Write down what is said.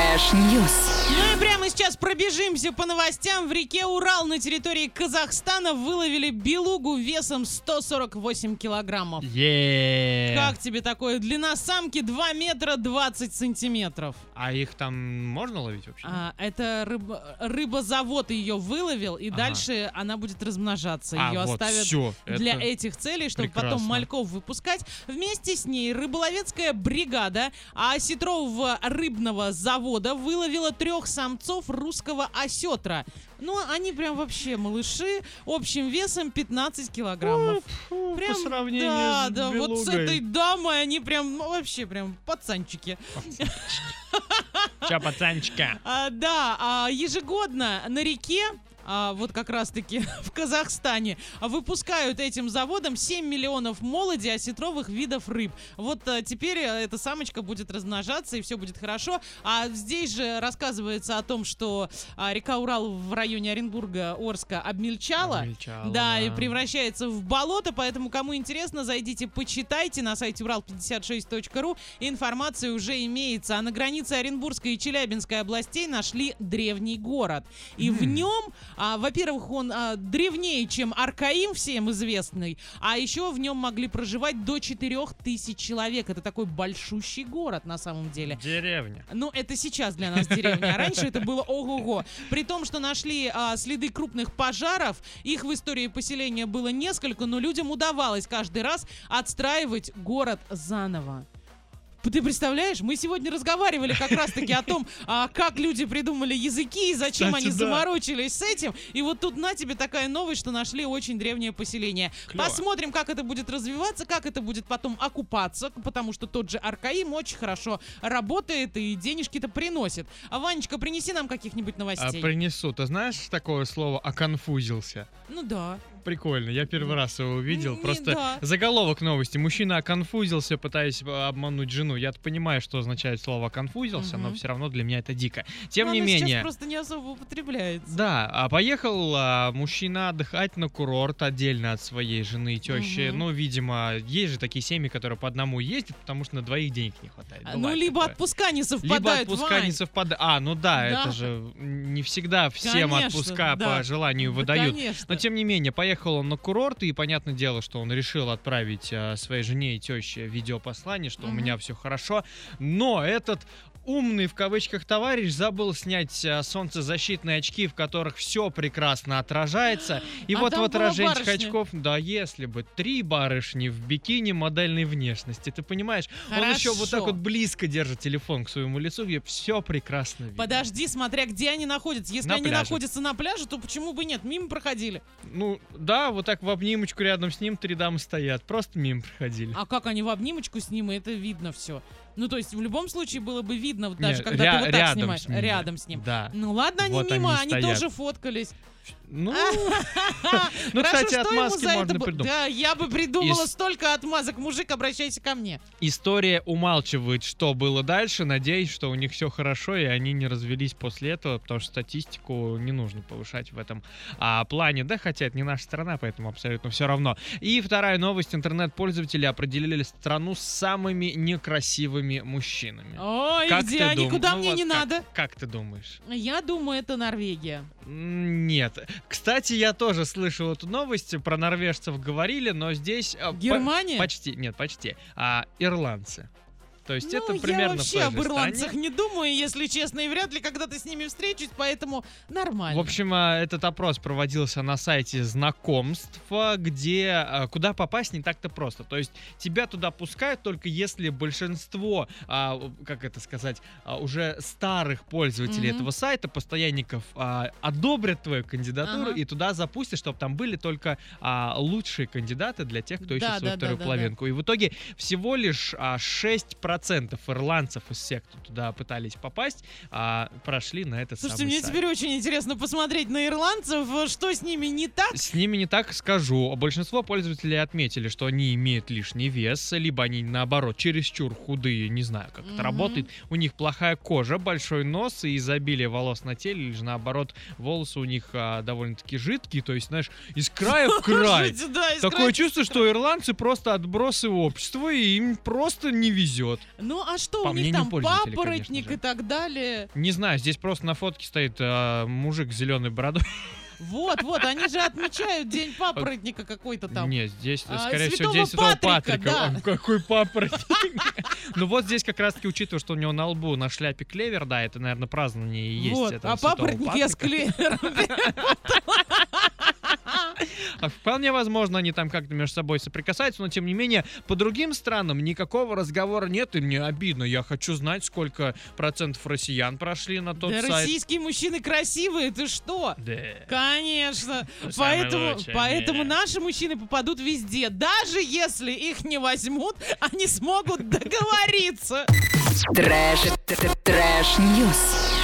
Трэш-ньюс. Ну и прямо сейчас пробежимся по новостям. В реке Урал на территории Казахстана выловили белугу весом 148 килограммов. Еее. Как тебе такое? Длина самки 2 метра 20 сантиметров. А их там можно ловить вообще? А, это рыба- рыбозавод ее выловил, и Ага. дальше она будет размножаться. А, ее вот, оставят всё, для это- этих целей, чтобы потом прекрасно. мальков выпускать. Вместе с ней рыболовецкая бригада а осетрового рыбного завода выловила трех самцов русского осетра. Ну, они прям вообще малыши, общим весом 15 килограммов. Фу, Прям, Ну, по сравнению да, с да, вот с белугой. этой дамой они прям, ну, вообще прям пацанчики. Чё, пацанчика? А, да, а, ежегодно на реке, а, вот как раз-таки в Казахстане, а, выпускают этим заводом 7 миллионов молоди осетровых видов рыб. Вот а, теперь а, эта самочка будет размножаться, и все будет хорошо. А здесь же рассказывается о том, что а, река Урал в районе Оренбурга, Орска обмельчала. Обмельчала, Да, и да. превращается в болото, поэтому кому интересно, зайдите, почитайте на сайте урал56.ру. Информация уже имеется. А на границе Оренбургской и Челябинской областей нашли древний город. И в нем, а, во-первых, он а, древнее, чем Аркаим, всем известный, а еще в нем могли проживать до 4000 человек. Это такой большущий город на самом деле. Деревня. Ну, это сейчас для нас деревня, а раньше это было ого-го. При том, что нашли а, следы крупных пожаров, их в истории поселения было несколько, но людям удавалось каждый раз отстраивать город заново. Ты представляешь, мы сегодня разговаривали как раз-таки о том, а, как люди придумали языки и зачем Кстати, они да. заморочились с этим. И вот тут на тебе такая новость, что нашли очень древнее поселение. Клёво. Посмотрим, как это будет развиваться, как это будет потом окупаться, потому что тот же Аркаим очень хорошо работает и денежки-то приносит. А Ванечка, принеси нам каких-нибудь А, новостей. принесу. Ты знаешь такое слово «оконфузился»? Ну да. Прикольно, я первый раз его увидел. Не- Просто да. заголовок новости. Мужчина оконфузился, пытаясь э, обмануть жену. я понимаю, что означает слово «оконфузился», но Мгм. все равно для меня это дико. Тем Но не оно сейчас менее... просто не особо употребляется. Да, а поехал а, мужчина отдыхать на курорт отдельно от своей жены и тещи. Мгм. Ну, видимо, есть же такие семьи, которые по одному ездят, потому что на двоих денег не хватает. А, Ну, Бывает либо такое. отпуска не Либо совпадают, отпуска не Вань. совпадают. А, ну да, Да. это же не всегда всем Конечно, отпуска да. по желанию Да, выдают. конечно. Но тем не менее, поехал он на курорт, и понятное дело, что он решил отправить э, своей жене и теще видеопослание, что у Мгм. меня все хорошо. Но этот умный в кавычках товарищ забыл снять э, солнцезащитные очки, в которых все прекрасно отражается. И А вот в там была отражении барышня. очков, да, если бы три барышни в бикини модельной внешности, ты понимаешь, он еще вот так Хорошо. вот близко держит телефон к своему лицу, где все прекрасно видно. Подожди, смотря где они находятся. Если На они пляже. находятся на пляже, то почему бы нет? Мимо проходили. Ну, да, вот так в обнимочку рядом с ним три дамы стоят, просто мимо проходили. А как они в обнимочку с ним, и это видно все. Ну, то есть, в любом случае было бы видно, вот даже Не, когда ря- ты вот так рядом снимаешь. с ними. Рядом с ним. Да. Ну ладно, они Вот мимо, они, они стоят. тоже фоткались. Ну, ну, а, Хорошо, кстати, что ему отмазки за это можно бы- придумать. Да, я бы придумала Из- столько отмазок. Мужик, обращайся ко мне. История умалчивает, что было дальше. Надеюсь, что у них все хорошо, и они не развелись после этого, потому что статистику не нужно повышать в этом а, плане. Да, хотя это не наша страна, поэтому абсолютно все равно. И вторая новость. Интернет-пользователи определили страну с самыми некрасивыми мужчинами. Ой, Э, Как где ты они? дум- Куда ну мне вот не как- надо? Как ты думаешь? Я думаю, это Норвегия. М, Нет. Кстати, я тоже слышал эту новость. Про норвежцев говорили, но здесь... а, по- Германия? почти, нет, почти. А, ирландцы. То есть ну, это примерно я в вообще той об же ирландцах стране. не думаю, если честно, и вряд ли когда-то с ними встречусь, поэтому нормально. В общем, а, этот опрос проводился на сайте знакомств, а, где а, куда попасть не так-то просто. То есть тебя туда пускают только если большинство, а, как это сказать, а, уже старых пользователей Мгм. этого сайта, постоянников, а, одобрят твою кандидатуру Ага. и туда запустят, чтобы там были только а, лучшие кандидаты для тех, кто ищет Да, свою да, да, вторую да, да. половинку. И в итоге всего лишь а, 6% ирландцев из всех, кто туда пытались попасть, а, прошли на этот Слушайте, самый мне сайт. теперь очень интересно посмотреть на ирландцев, э, что с ними не так. С ними не так скажу. Большинство пользователей отметили, что они имеют лишний вес, либо они, наоборот, чересчур худые, не знаю, как Мгм. это работает. У них плохая кожа, большой нос и изобилие волос на теле, или же, наоборот, волосы у них а, довольно-таки жидкие, то есть, знаешь, из края в край. Слушайте, да, из Такое края- чувство, что ирландцы просто отбросы общества, и им просто не везет. Ну а что По у них мнению там пользователей, папоротник конечно же. и так далее? Не знаю, здесь просто на фотке стоит а, мужик с зеленой бородой. Вот, вот, они же отмечают день папоротника какой-то там. Нет, здесь, А, скорее всего, святого день святого Патрика, Патрика. да. Он Какой папоротник? Ну вот здесь как раз-таки, учитывая, что у него на лбу, на шляпе клевер, да, это, наверное, празднование и есть. вот, этого а святого папоротник я с Патрика. клевером. А Вполне возможно, они там как-то между собой соприкасаются, но тем не менее, по другим странам никакого разговора нет, и мне обидно. Я хочу знать, сколько процентов россиян прошли на тот Да сайт. российские мужчины красивые, ты что? Да. Конечно. Ну, самое Поэтому, лучшее, поэтому да. наши мужчины попадут везде. Даже если их не возьмут, они смогут договориться. Трэш, трэш, трэш, ньюс.